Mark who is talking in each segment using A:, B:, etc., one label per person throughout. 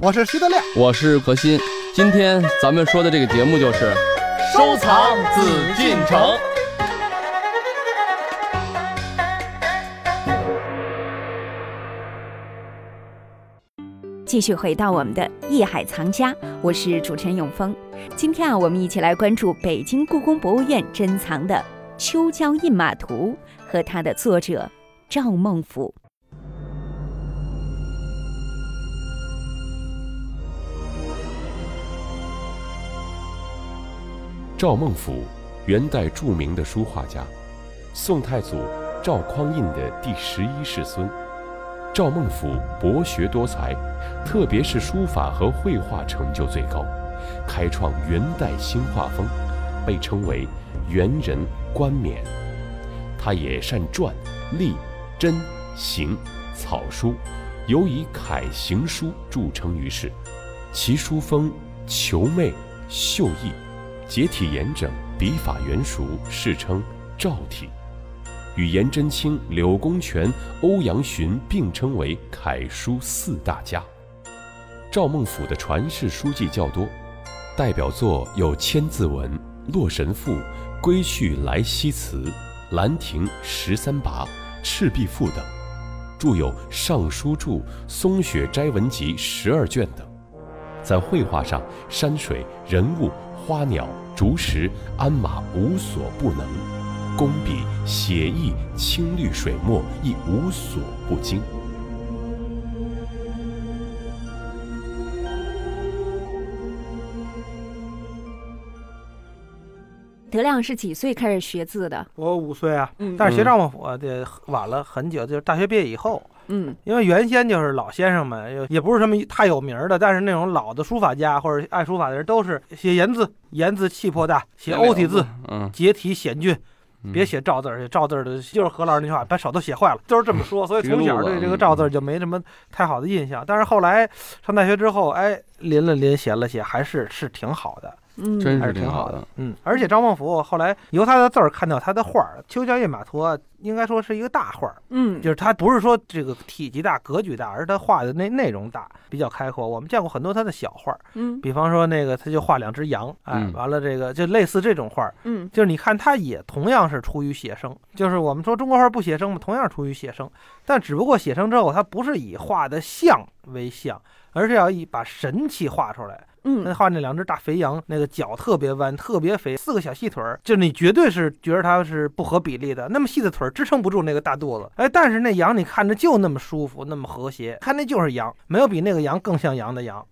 A: 我是徐德亮，
B: 我是何鑫。今天咱们说的这个节目就是
A: 收藏紫禁城。
C: 继续回到我们的《艺海藏家》，我是主持人永峰。今天啊，我们一起来关注北京故宫博物院珍藏的《秋郊饮马图》和它的作者赵孟俯。
D: 赵孟俯，元代著名的书画家，宋太祖赵匡胤的第十一世孙。赵孟俯博学多才，特别是书法和绘画成就最高，开创元代新画风，被称为元人冠冕。他也善篆、隶、真、行、草书，尤以楷行书著称于世。其书风遒媚秀逸，结体严整，笔法圆熟，世称赵体。与颜真卿、柳公权、欧阳询并称为楷书四大家。赵孟俯的传世书籍较多，代表作有《千字文》《洛神赋》《归去来兮辞》《兰亭十三跋》《赤壁赋》等，著有《尚书注》《松雪斋文集》十二卷等。在绘画上，山水、人物、花鸟、竹石、鞍马无所不能。工笔写意青绿水墨亦无所不精。
C: 德亮是几岁开始学字的？
A: 我五岁啊，
B: 嗯
A: 但是学赵孟俯得晚了很久，就是大学毕业以后。
C: 嗯，
A: 因为原先就是老先生们，也也不是什么太有名儿的，但是那种老的书法家或者爱书法的人，都是写颜字，颜字气魄大，写欧体字，，
B: 嗯，
A: 结体险峻，
B: 嗯
A: 别写赵字儿，赵字儿的就是何老师那句话，把手都写坏了，都是这么说。所以
B: 这个
A: 从小
B: 路子
A: 对这
B: 嗯
A: 个赵字儿就没什么太好的印象。但是后来上大学之后，哎，临了临，写了写，还是是挺好的，
C: 嗯，
B: 真
A: 还
B: 是
A: 是挺
B: 挺
A: 好
B: 好
A: 的
B: 的。。
A: 嗯，而且张孟俯后来由他的字儿看到他的画儿，《秋郊夜马图》啊应该说是一个大画儿，
C: 嗯，
A: 就是他不是说这个体积大、格局大，而是他画的内内容大，比较开阔。我们见过很多他的小画儿，
C: 嗯
A: 比方说那个他就画两只羊，哎
B: 嗯，
A: 完了这个就类似这种画儿。
C: 嗯
A: 就是你看，它也同样是出于写生，就是我们说中国画不写生嘛，同样出于写生，但只不过写生之后，它不是以画的像为像，而是要以把神气画出来。那
C: 嗯，
A: 画那两只大肥羊，那个脚特别弯，特别肥，四个小细腿儿，就你绝对是觉得它是不合比例的，那么细的腿儿支撑不住那个大肚子。哎，但是那羊你看着就那么舒服，那么和谐，看那就是羊，没有比那个羊更像羊 的羊。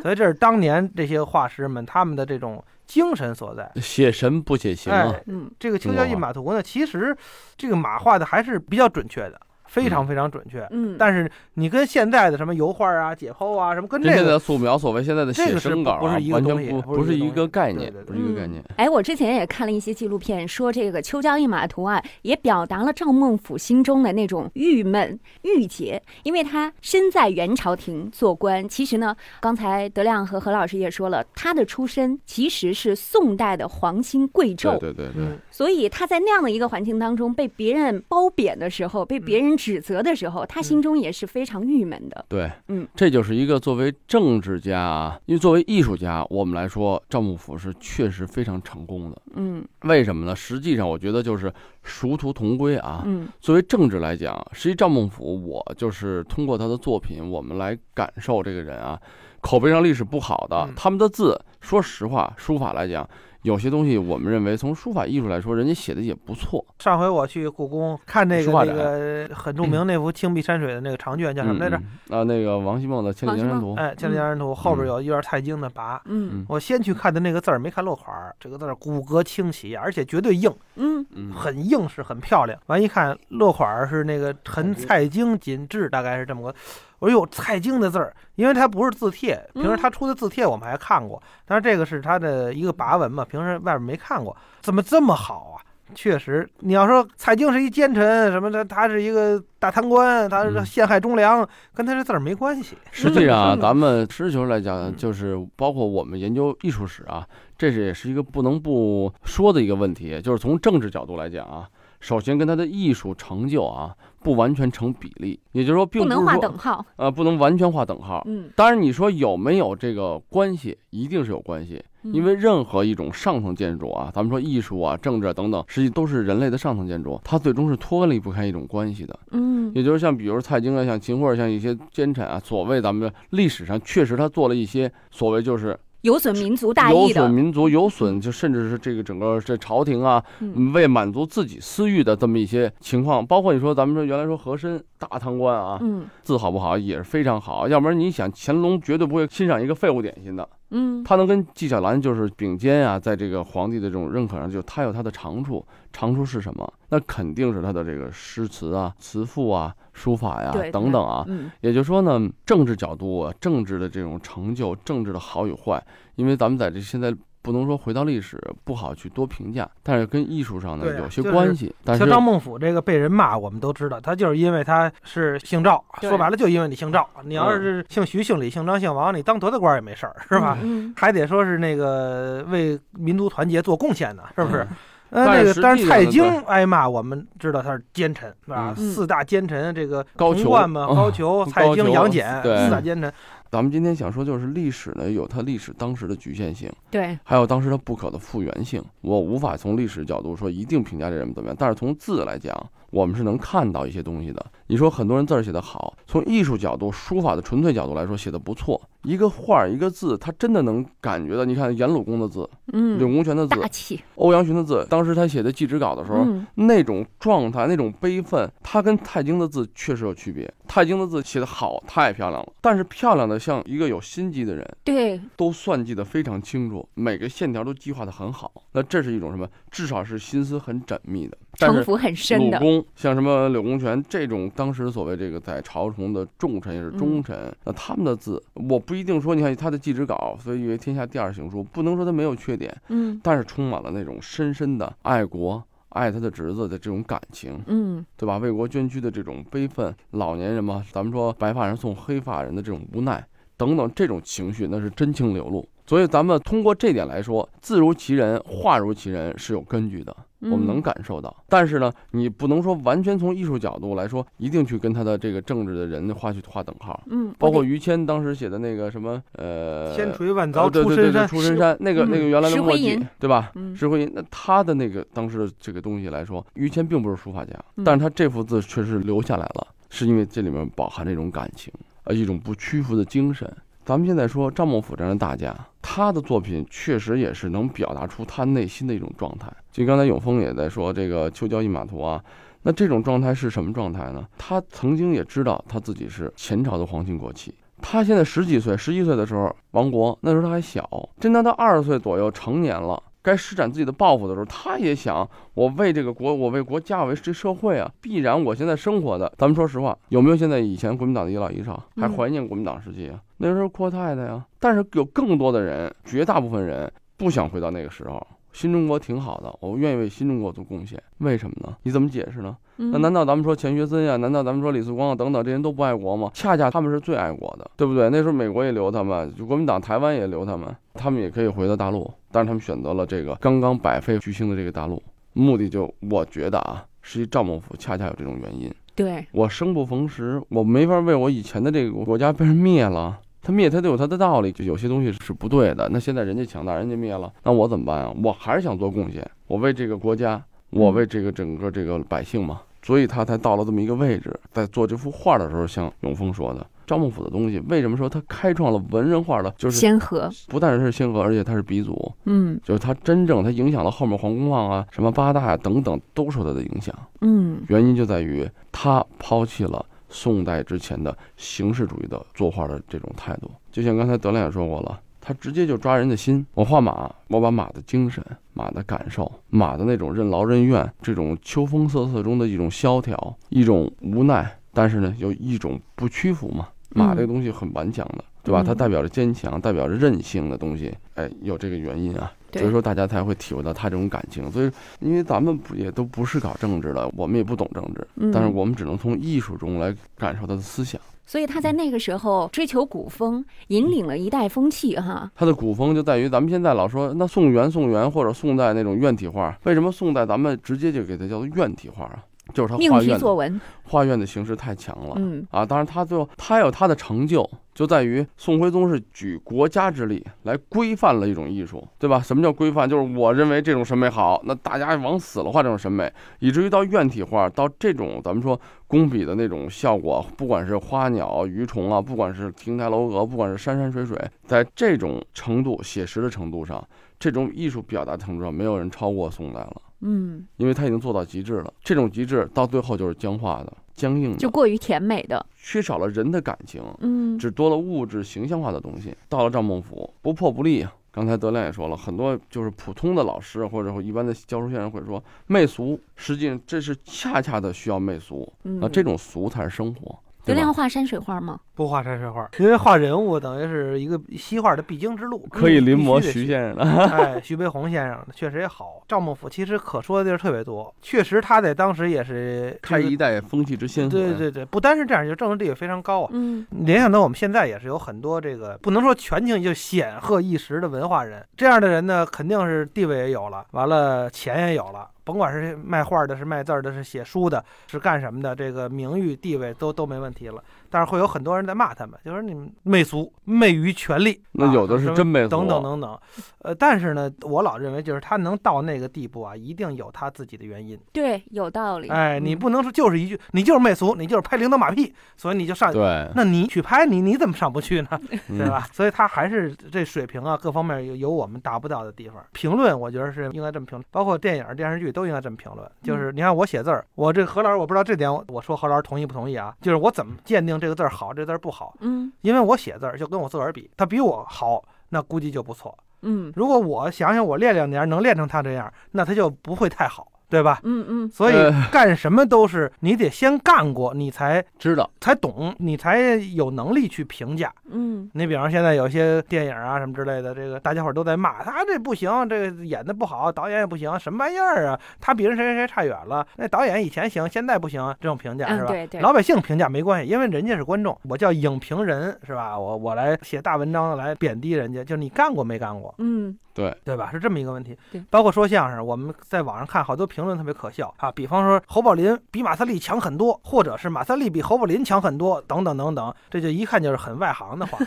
A: 所以这是当年这些画师们他们的这种精神所在。
B: 写神不写形嗯啊
A: 哎，
C: 嗯
A: 这个《秋郊饮马图》呢，其实这个马画的还是比较准确的，非常非常准确。
C: 嗯，
A: 但是你跟现在的什么油画啊、解剖啊什么，跟
B: 跟
A: 这
B: 现在
A: 个
B: 的素描所谓现在的
A: 这
B: 写
A: 个是
B: 生稿啊，
A: 不是一个
B: 完
A: 东
B: 全
A: 西
B: 不
A: 不是
B: 不是
A: 一个
B: 一
A: 东
B: 个
A: 西
B: 概
A: 对
B: 念
A: 对，对嗯
B: 不是一个概念。
C: 哎，我之前也看了一些纪录片，说这个《秋郊饮马图》啊，也表达了赵孟俯心中的那种郁闷、郁结，因为他身在元朝廷做官。其实呢，刚才德亮和何老师也说了，他的出身其实是宋代的皇亲贵胄，
B: 对对对
A: 嗯
B: 对，
C: 所以他在那样的一个环境当中被别人褒贬的时候，被别
B: 嗯
C: 人指责的时候，他心中也是非常郁闷的。
B: 对，
C: 嗯，
B: 这就是一个作为政治家啊，因为作为艺术家，我们来说，赵孟俯是确实非常成功的。
C: 嗯
B: 为什么呢？实际上，我觉得就是殊途同归啊。
C: 嗯
B: 作为政治来讲，实际赵孟俯，我就是通过他的作品，我们来感受这个人啊。口碑上历史不好的
A: 嗯，
B: 他们的字，说实话，书法来讲，有些东西我们认为从书法艺术来说，人家写的也不错。
A: 上回我去故宫看那个
B: 书画
A: 那
B: 展
A: 个很著名那幅青壁山水的那个长卷叫什么来着？
B: 嗯？嗯啊，那个王希孟的《千里江山图》。
A: 哎，《千里江山图》后边有一段蔡京的跋。
C: 嗯
A: 我先去看的那个字儿没看落款儿，这个字儿骨骼清奇，而且绝对硬，
C: 嗯
B: 嗯，
A: 很硬实，很漂亮。完一看落款儿是那个陈蔡京锦致，大概是这么个。我说哟，蔡京的字儿，因为它不是字帖，平
B: 嗯
A: 时他出的字帖我们还看过，但是这个是他的一个跋文嘛，平时外边没看过，怎么这么好啊？确实，你要说蔡京是一奸臣，什么的，他是一个大贪官，他是
B: 嗯
A: 陷害忠良，跟他这字儿没关系。
B: 实际上 啊，
C: 嗯
B: 咱们实事求是来讲
A: 嗯，
B: 就是包括我们研究艺术史啊，这是也是一个不能不说的一个问题，就是从政治角度来讲啊，首先跟他的艺术成就啊，不完全成比例，也就是说，并
C: 不能
B: 是
C: 画
B: 说
C: 等号。
B: 呃不能完全画等号。
C: 嗯，
B: 当然，你说有没有这个关系，一定是有关系，
C: 嗯
B: 因为任何一种上层建筑啊，咱们说艺术啊、政治啊等等，实际都是人类的上层建筑，它最终是脱离不开一种关系的。
C: 嗯
B: 也就是像比如蔡京啊、像秦桧、啊、像一些奸臣啊，所谓咱们的历史上确实他做了一些所谓就是
C: 有损民族大
B: 有
C: 义
B: 损
C: 的，
B: 民族、有损就甚至是这个整个这朝廷啊，
C: 嗯
B: 为满足自己私欲的这么一些情况，包括你说咱们说原来说和珅大贪官啊，
C: 嗯
B: 字好不好也是非常好，要不然你想乾隆绝对不会欣赏一个废物点心的，
C: 嗯
B: 他能跟纪晓岚就是顶尖啊，在这个皇帝的这种认可上，就他有他的长处，长处是什么？那肯定是他的这个诗词啊、词赋啊、书法呀、
C: 对
B: 等等啊。
C: 嗯
B: 也就是说呢，政治角度、啊、政治的这种成就、政治的好与坏，因为咱们在这现在不能说回到历史不好去多评价，但是跟艺术上呢
A: 对啊
B: 有些
A: 就是
B: 关系。但是
A: 像张孟甫这个被人骂，我们都知道，他就是因为他是姓赵，
C: 对
A: 说白了就因为你姓赵，你要
B: 嗯
A: 是姓徐、姓李、姓张、姓王，你当多大官也没事儿，是吧？
C: 嗯
A: 还得说是那个为民族团结做贡献呢，是不是？呃，
B: 嗯但
A: 那
B: 是
A: 个
B: 实
A: 但
B: 际
A: 是
B: 上
A: 蔡
B: 呢
A: 京挨骂，我们知道他是奸臣，是吧？
C: 嗯
A: 四大奸臣，这个
B: 高俅
A: 童贯嘛，
B: 嗯
A: 高俅、
B: 高
A: 蔡京、
B: 俅嗯
A: 杨戬，
B: 对
A: 四大奸臣。
B: 咱们今天想说，就是历史呢有它历史当时的局限性。
C: 对，
B: 还有当时它不可的复原性，我无法从历史角度说一定评价这人们怎么样，但是从字来讲，我们是能看到一些东西的。你说很多人字儿写得好，从艺术角度、书法的纯粹角度来说写得不错，一个画儿一个字，他真的能感觉到。你看颜鲁公的字、柳
C: 嗯，
B: 公权的字、
C: 大气，
B: 欧阳询的字，当时他写的祭侄稿的时候。
C: 嗯
B: 那种状态，那种悲愤，它跟太经的字确实有区别。太经的字写得好，太漂亮了，但是漂亮的像一个有心机的人，
C: 对，
B: 都算计得非常清楚，每个线条都计划得很好。那这是一种什么？至少是心思很缜密的。但
C: 城
B: 是
C: 府很深
B: 鲁
C: 的，
B: 公像什么柳公权这种当时所谓这个在朝廷的重臣也是
C: 嗯
B: 忠臣，那他们的字，我不一定说你看他的祭侄稿，所以为天下第二行书，不能说他没有缺点，
C: 嗯
B: 但是充满了那种深深的爱国。爱他的侄子的这种感情，
C: 嗯
B: 对吧？为国捐躯的这种悲愤，老年人嘛，咱们说白发人送黑发人的这种无奈等等，这种情绪那是真情流露。所以咱们通过这点来说，字如其人，画如其人是有根据的，我们能
C: 嗯
B: 感受到。但是呢，你不能说完全从艺术角度来说，一定去跟他的这个政治的人画去画等号。
C: 嗯，
B: 包
C: 我
B: 括
C: 得
B: 于谦当时写的那个什么，呃，
A: 千锤万凿
B: 凿
A: 出深山，
B: 出深山那个那个
C: 嗯
B: 原来的
C: 石
B: 墨
C: 灰
B: 迹
C: 银，
B: 对吧？
C: 嗯
B: 石灰银，那他的那个当时的这个东西来说，于谦并不是书法家，
C: 嗯
B: 但是他这幅字确实留下来了，是因为这里面饱含着一种感情，呃，一种不屈服的精神。咱们现在说张孟甫这样的大家，他的作品确实也是能表达出他内心的一种状态。就刚才永峰也在说这个《秋郊一马图》啊，那这种状态是什么状态呢？他曾经也知道他自己是前朝的皇亲国戚。他现在十几岁，十一岁的时候，亡国那时候他还小。真当他二十岁左右成年了，该施展自己的抱负的时候，他也想，我为这个国，我为国家，我为这社会啊，必然我现在生活的，咱们说实话，有没有现在以前国民党的一老一少还
C: 嗯
B: 怀念国民党时期啊？那时候阔太太呀，但是有更多的人，绝大部分人不想回到那个时候。新中国挺好的，我愿意为新中国做贡献，为什么呢？你怎么解释呢？那
C: 嗯
B: 难道咱们说钱学森呀、难道咱们说李四光啊等等这些人都不爱国吗？恰恰他们是最爱国的，对不对？那时候美国也留他们，就国民党台湾也留他们，他们也可以回到大陆，但是他们选择了这个刚刚百废俱兴的这个大陆，目的就我觉得啊，实际赵孟俯恰恰有这种原因。
C: 对，
B: 我生不逢时，我没法为我以前的这个国家被人灭了。他灭他都有他的道理，就有些东西是不对的。那现在人家强大，人家灭了，那我怎么办啊？我还是想做贡献，我为这个国家，我为这个整个这个百姓嘛，所以他才到了这么一个位置。在做这幅画的时候，像永峰说的，张孟甫的东西，为什么说他开创了文人画的，就是
C: 先河，
B: 不但是先河，而且他是鼻祖，
C: 嗯
B: 就是他真正他影响了后面黄公望啊、什么八大啊等等，都受他的影响。
C: 嗯
B: 原因就在于他抛弃了宋代之前的形式主义的作画的这种态度。就像刚才德亮也说过了，他直接就抓人的心。我画马，我把马的精神、马的感受、马的那种任劳任怨，这种秋风瑟瑟中的一种萧条、一种无奈，但是呢，有一种不屈服嘛。马这个东西很顽强的，对吧？
C: 嗯
B: 它代表着坚强，代表着韧性的东西。哎，有这个原因啊，
C: 对
B: 所以说大家才会体会到他这种感情。所以，因为咱们不也都不是搞政治的，我们也不懂政治，
C: 嗯，
B: 但是我们只能从艺术中来感受他的思想。
C: 所以他在那个时候追求古风，引领了一代风气哈。
B: 它的古风就在于咱们现在老说那宋元、宋元或者宋代那种院体画，为什么宋代咱们直接就给它叫做院体画啊？就是他
C: 命
B: 画
C: 题
B: 院
C: 作
B: 的
C: 文，
B: 画院的形式太强了。
C: 嗯
B: 啊，当然他最后他有他的成就，就在于宋徽宗是举国家之力来规范了一种艺术，对吧？什么叫规范？就是我认为这种审美好，那大家往死了画这种审美，以至于到院体画，到这种咱们说工笔的那种效果，不管是花鸟鱼虫啊，不管是亭台楼阁，不管是山山水水，在这种程度写实的程度上，这种艺术表达程度上，没有人超过宋代了。
C: 嗯，
B: 因为他已经做到极致了，这种极致到最后就是僵化的、僵硬的，
C: 就过于甜美的，
B: 缺少了人的感情，
C: 嗯
B: 只多了物质形象化的东西。到了赵孟俯，不破不立。啊刚才德亮也说了，很多就是普通的老师或者说一般的教书先生会说媚俗，实际上这是恰恰的需要媚俗
C: 嗯
B: 啊，这种俗才是生活，
C: 德
B: 对
C: 亮
B: 吧？啊
C: 画山水画吗？
A: 不画山水画，因为画人物等于是一个西画的必经之路，
B: 可以临摹
A: 必须得
B: 徐
A: 学
B: 先生的，
A: 哎，徐悲鸿先生确实也好，赵孟俯其实可说的地儿特别多，确实他在当时也是
B: 开
A: 这个
B: 一代风气之先河。
A: 对，对对，不单是这样，就政治地位非常高啊。
C: 嗯
A: 联想到我们现在也是有很多这个不能说全景，就显赫一时的文化人，这样的人呢，肯定是地位也有了，完了钱也有了，甭管是卖画的，是卖字儿的，是写书的，是干什么的，这个名誉地位都都没问题了。但是会有很多人在骂他们，就说你们媚俗、媚于权力，
B: 那
A: 啊
B: 有的是
A: 什么
B: 真 媚俗，啊
A: 等等等等，呃，但是呢，我老认为就是他能到那个地步啊，一定有他自己的原因。
C: 对，有道理。
A: 哎，你
C: 嗯
A: 不能说就是一句，你就是媚俗，你就是拍领导马屁，所以你就上。
B: 对，嗯
A: 那你去拍你，你怎么上不去呢？对
C: 嗯
B: 对？
A: 吧？所以他还是这水平啊，各方面有有我们达不到的地方。评论我觉得是应该这么评论，包括电影、电视剧都应该这么评论。
C: 嗯
A: 就是你看我写字儿，我这何老师我不知道这点，我说何老师同意不同意啊？就是我怎么鉴定这个字儿好，这字儿不好？
C: 嗯
A: 因为我写字儿就跟我自个儿比，他比我好，那估计就不错。
C: 嗯
A: 如果我想想我练两年能练成他这样，那他就不会太好，对吧？
C: 嗯嗯，
A: 所以
B: 呃
A: 干什么都是你得先干过，你才
B: 知道，
A: 才懂，你才有能力去评价。
C: 嗯
A: 你比方说现在有些电影啊什么之类的，这个大家伙儿都在骂他这不行，这个演的不好，导演也不行，什么玩意儿啊？他比人谁谁谁差远了。那导演以前行，现在不行，这种评价是
C: 嗯，
A: 吧？
C: 对对，
A: 老百姓评价没关系，因为人家是观众，我叫影评人是吧？我我来写大文章来贬低人家，就是你干过没干过？
C: 嗯
B: 对，
A: 对吧？是这么一个问题
C: 对。
A: 包括说相声，我们在网上看好多评论特别可笑啊，比方说侯宝林比马三立强很多，或者是马三立比侯宝林强很多，等等等等，这就一看就是很外行的 话。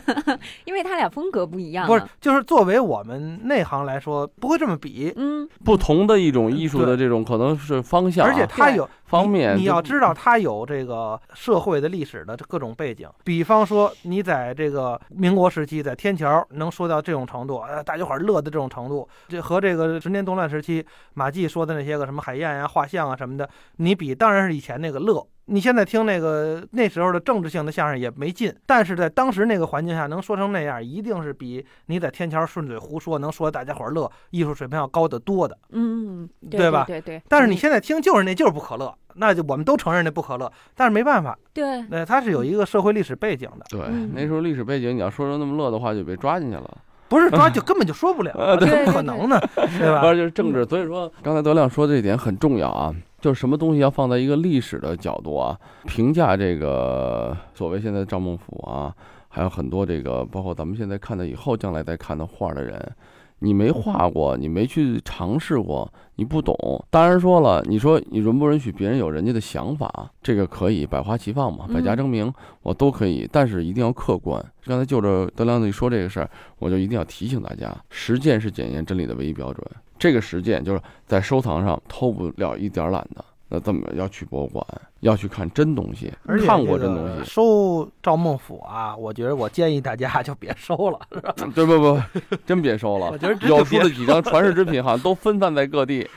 C: 因为他俩风格不一样，
A: 不是，，就是作为我们内行来说，不会这么比。
C: 嗯
B: 不同的一种艺术的这种可能是方向啊，
A: 而且他
C: 对
A: 有
B: 方面
A: 你，你要
B: 就
A: 知道他有这个社会的历史的这各种背景。比方说，你在这个民国时期，在天桥能说到这种程度，呃，大家伙儿乐的这种程度，这和这个十年动乱时期马季说的那些个什么海燕呀、画像啊什么的，你比当然是以前那个乐。你现在听那个那时候的政治性的相声也没劲，但是在当时那个环境下能说成那样，一定是比你在天桥顺嘴胡说能说大家伙儿乐，艺术水平要高得多的。
C: 嗯，
A: 对吧
C: 对对，
A: 但是你
C: 嗯
A: 现在听就是那就是不可乐，那就我们都承认那不可乐，但是没办法，
C: 对
A: 那它是有一个社会历史背景的，
B: 对
C: 嗯，
B: 那时候历史背景，你要说成那么乐的话，就被抓进去了，
A: 不是抓就根本就说不了，
B: 呃
A: 怎
C: 对
A: 么可能呢？嗯啊对
B: 不
A: 吧？
B: 然就是政治。所以说，刚才德亮说这一点很重要啊，就是什么东西要放在一个历史的角度啊，评价这个所谓现在的赵孟俯啊，还有很多这个包括咱们现在看的，以后将来再看的画的人。你没画过，你没去尝试过，你不懂。当然说了，你说你允不允许别人有人家的想法，这个可以百花齐放嘛，百家
C: 嗯
B: 争鸣，我都可以，但是一定要客观。刚才就着德亮你说这个事儿，我就一定要提醒大家，实践是检验真理的唯一标准。这个实践就是在收藏上偷不了一点儿懒的。那这么要去博物馆，要去看真东西，
A: 而且
B: 看过
A: 这
B: 真
A: 个
B: 东西。
A: 收赵孟俯啊，我觉得我建议大家就别收 了，
B: 对不不，真别收了
A: 我。觉得真
B: 有
A: 的
B: 出
A: 别
B: 的几张传世之品，好像都分散在各 地，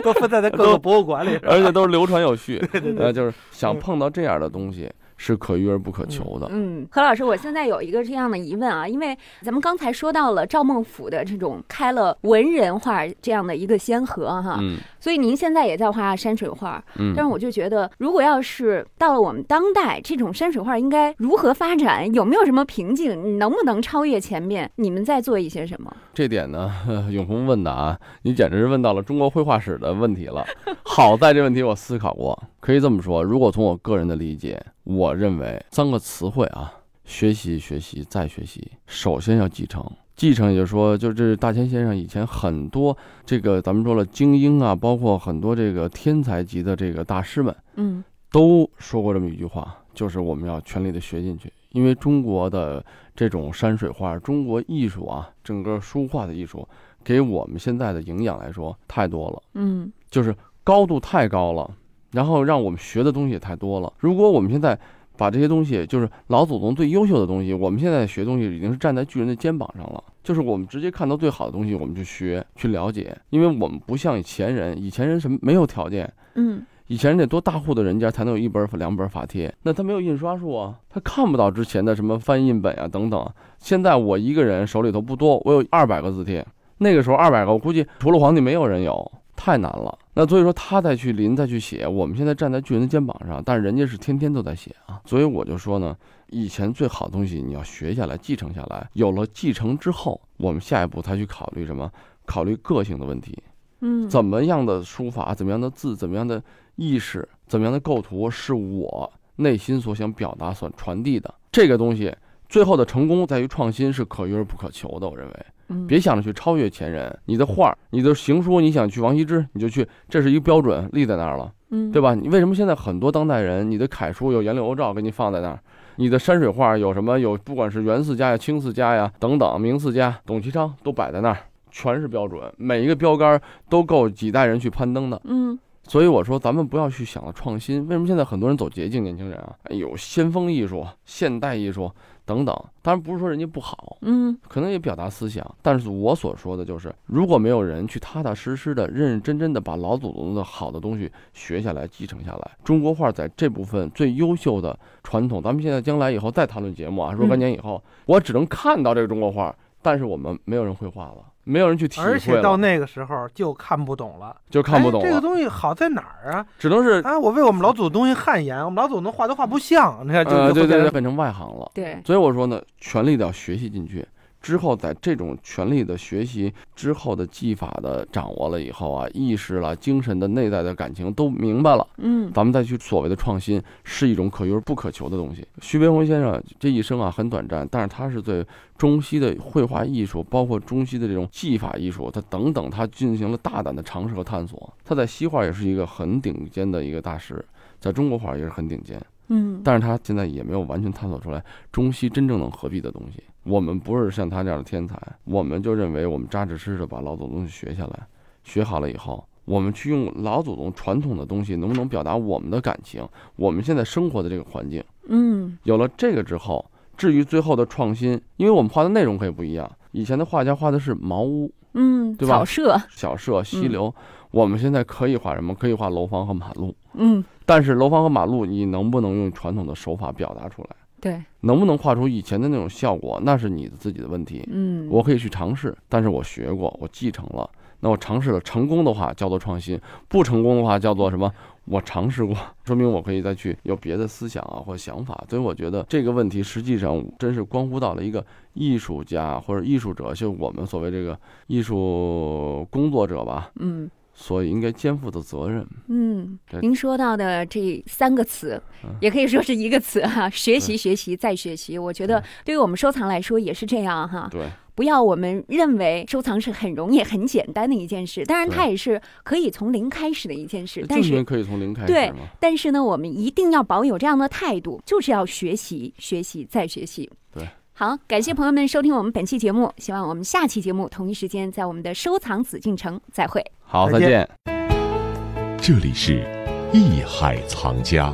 A: 都分散在各个博物馆里。
B: 而且都是流传有序。呃，
C: 嗯
B: 就是想碰到这样的东西是可遇而不可求的。
C: 嗯，何老师，我现在有一个这样的疑问啊，因为咱们刚才说到了赵孟俯的这种开了文人画这样的一个先河哈，
B: 嗯
C: 所以您现在也在画山水画，
B: 嗯，
C: 但是我就觉得，如果要是到了我们当代，这种山水画应该如何发展？有没有什么瓶颈？你能不能超越前面？你们在做一些什么？
B: 这点呢， 呵永红问的啊，你简直是问到了中国绘画史的问题了。 好在这问题我思考过，可以这么说，如果从我个人的理解，我认为三个词汇啊，学习、学习再学习，首先要继承，继承也说，就是大千先生以前很多这个咱们说了精英啊，包括很多这个天才级的这个大师们，
C: 嗯
B: 都说过这么一句话，就是我们要全力的学进去，因为中国的这种山水画，中国艺术啊，整个书画的艺术，给我们现在的营养来说太多了，
C: 嗯
B: 就是高度太高了，然后让我们学的东西也太多了。如果我们现在把这些东西，就是老祖宗最优秀的东西，我们现在学东西已经是站在巨人的肩膀上了，就是我们直接看到最好的东西，我们去学去了解，因为我们不像以前人，以前人什么没有条件，
C: 嗯
B: 以前得多大户的人家才能有一本儿两本儿法帖，那他没有印刷术啊，他看不到之前的什么翻印本啊等等。现在我一个人手里头不多，我有二百个字帖，那个时候二百个，我估计除了皇帝没有人有，太难了。那所以说他再去临再去写，我们现在站在巨人的肩膀上，但是人家是天天都在写啊。所以我就说呢，以前最好的东西你要学下来，继承下来，有了继承之后，我们下一步才去考虑什么？考虑个性的问题。
C: 嗯，
B: 怎么样的书法，怎么样的字，怎么样的意识，怎么样的构图，是我内心所想表达、所传递的这个东西。最后的成功在于创新，是可遇而不可求的。我认为，
C: 嗯
B: 别想着去超越前人。你的画儿、你的行书，你想去王羲之，你就去，这是一个标准立在那儿了。
C: 嗯
B: 对吧？你为什么现在很多当代人，你的楷书有颜柳欧照给你放在那儿，你的山水画有什么有，不管是元四家呀、清四家呀等等，明四家、董其昌都摆在那儿，全是标准，每一个标杆都够几代人去攀登的。
C: 嗯
B: 所以我说，咱们不要去想着创新。为什么现在很多人走捷径？年轻人啊，哎有先锋艺术、现代艺术等等，当然不是说人家不好，
C: 嗯
B: 可能也表达思想，但是我所说的就是，如果没有人去踏踏实实的、认认真真的把老祖宗的好的东西学下来、继承下来，中国画在这部分最优秀的传统，咱们现在将来以后再谈论节目啊，
A: 嗯
B: 若干年以后，我只能看到这个中国画，但是我们没有人会画了，没有人去体
A: 而
B: 会
A: 且到
B: 了，
A: 那个时候就看不懂了，
B: 就看不懂
A: 哎这个
B: 了，
A: 东西好在哪儿啊？
B: 只能是
A: 啊，我为我们老祖宗东西汗颜，我们老祖宗画都画不像，那就
B: 呃，对
A: 就会
B: 对
A: 变
B: 对，
A: 成
B: 变成外行了。
C: 对，
B: 所以我说呢，全力的要学习进去。之后，在这种全力的学习之后的技法的掌握了以后啊，意识了、精神的内在的感情都明白了，
C: 嗯
B: 咱们再去所谓的创新，是一种可遇而不可求的东西。徐悲鸿先生这一生啊很短暂，但是他是对中西的绘画艺术，包括中西的这种技法艺术，他等等，他进行了大胆的尝试和探索。他在西画也是一个很顶尖的一个大师，在中国画也是很顶尖。
C: 嗯，
B: 但是他现在也没有完全探索出来中西真正能合璧的东西。我们不是像他这样的天才，我们就认为我们扎扎实实的把老祖宗学下来，学好了以后，我们去用老祖宗传统的东西，能不能表达我们的感情？我们现在生活的这个环境，
C: 嗯
B: 有了这个之后，至于最后的创新，因为我们画的内容可以不一样。以前的画家画的是茅屋、
C: 嗯，
B: 对吧
C: 草舍，
B: 小舍、溪流，我们现在可以画什么？可以画楼房和马路。
C: 嗯，
B: 但是楼房和马路，你能不能用传统的手法表达出来？
C: 对，
B: 能不能画出以前的那种效果，那是你自己的问题。
C: 嗯，
B: 我可以去尝试，但是我学过，我继承了。那我尝试了，成功的话叫做创新，不成功的话叫做什
C: 嗯
B: 么？我尝试过， 说明我可以再去有别的思想啊或想法。所以我觉得这个问题实际上真是关乎到了一个艺术家或者艺术者，就我们所谓这个艺术工作者吧，
C: 嗯
B: 所以应该肩负的责任。
C: 嗯
B: 对，嗯
C: 您说到的这三个词，也可以说是一个词哈，学习、学习再学习。我觉得对于我们收藏来说也是这样哈，
B: 对，
C: 不要我们认为收藏是很容易、很简单的一件事，当然
B: 对呃
C: 它也是可以从零开始的一件事，
B: 就
C: 但
B: 是因为
C: 是。
B: 可以从零开
C: 对
B: 始嘛。
C: 但是呢，我们一定要保有这样的态度，就是要学习、学习再学习。
B: 对，
C: 好，感谢朋友们收听我们本期节目，希望我们下期节目同一时间在我们的收藏紫禁城再会。
B: 好，
A: 再
B: 再
A: 见
B: 见
D: 这里是艺海藏家。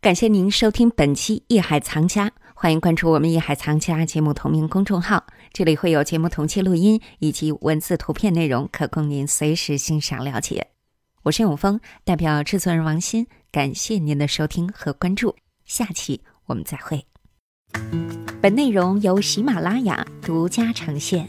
C: 感谢您收听本期《艺海藏家》，欢迎关注我们《艺海藏家》节目同名公众号，这里会有节目同期录音以及文字、图片内容，可供您随时欣赏了解。我是永峰，代表制作人王鑫，感谢您的收听和关注，下期我们再会。本内容由喜马拉雅独家呈现。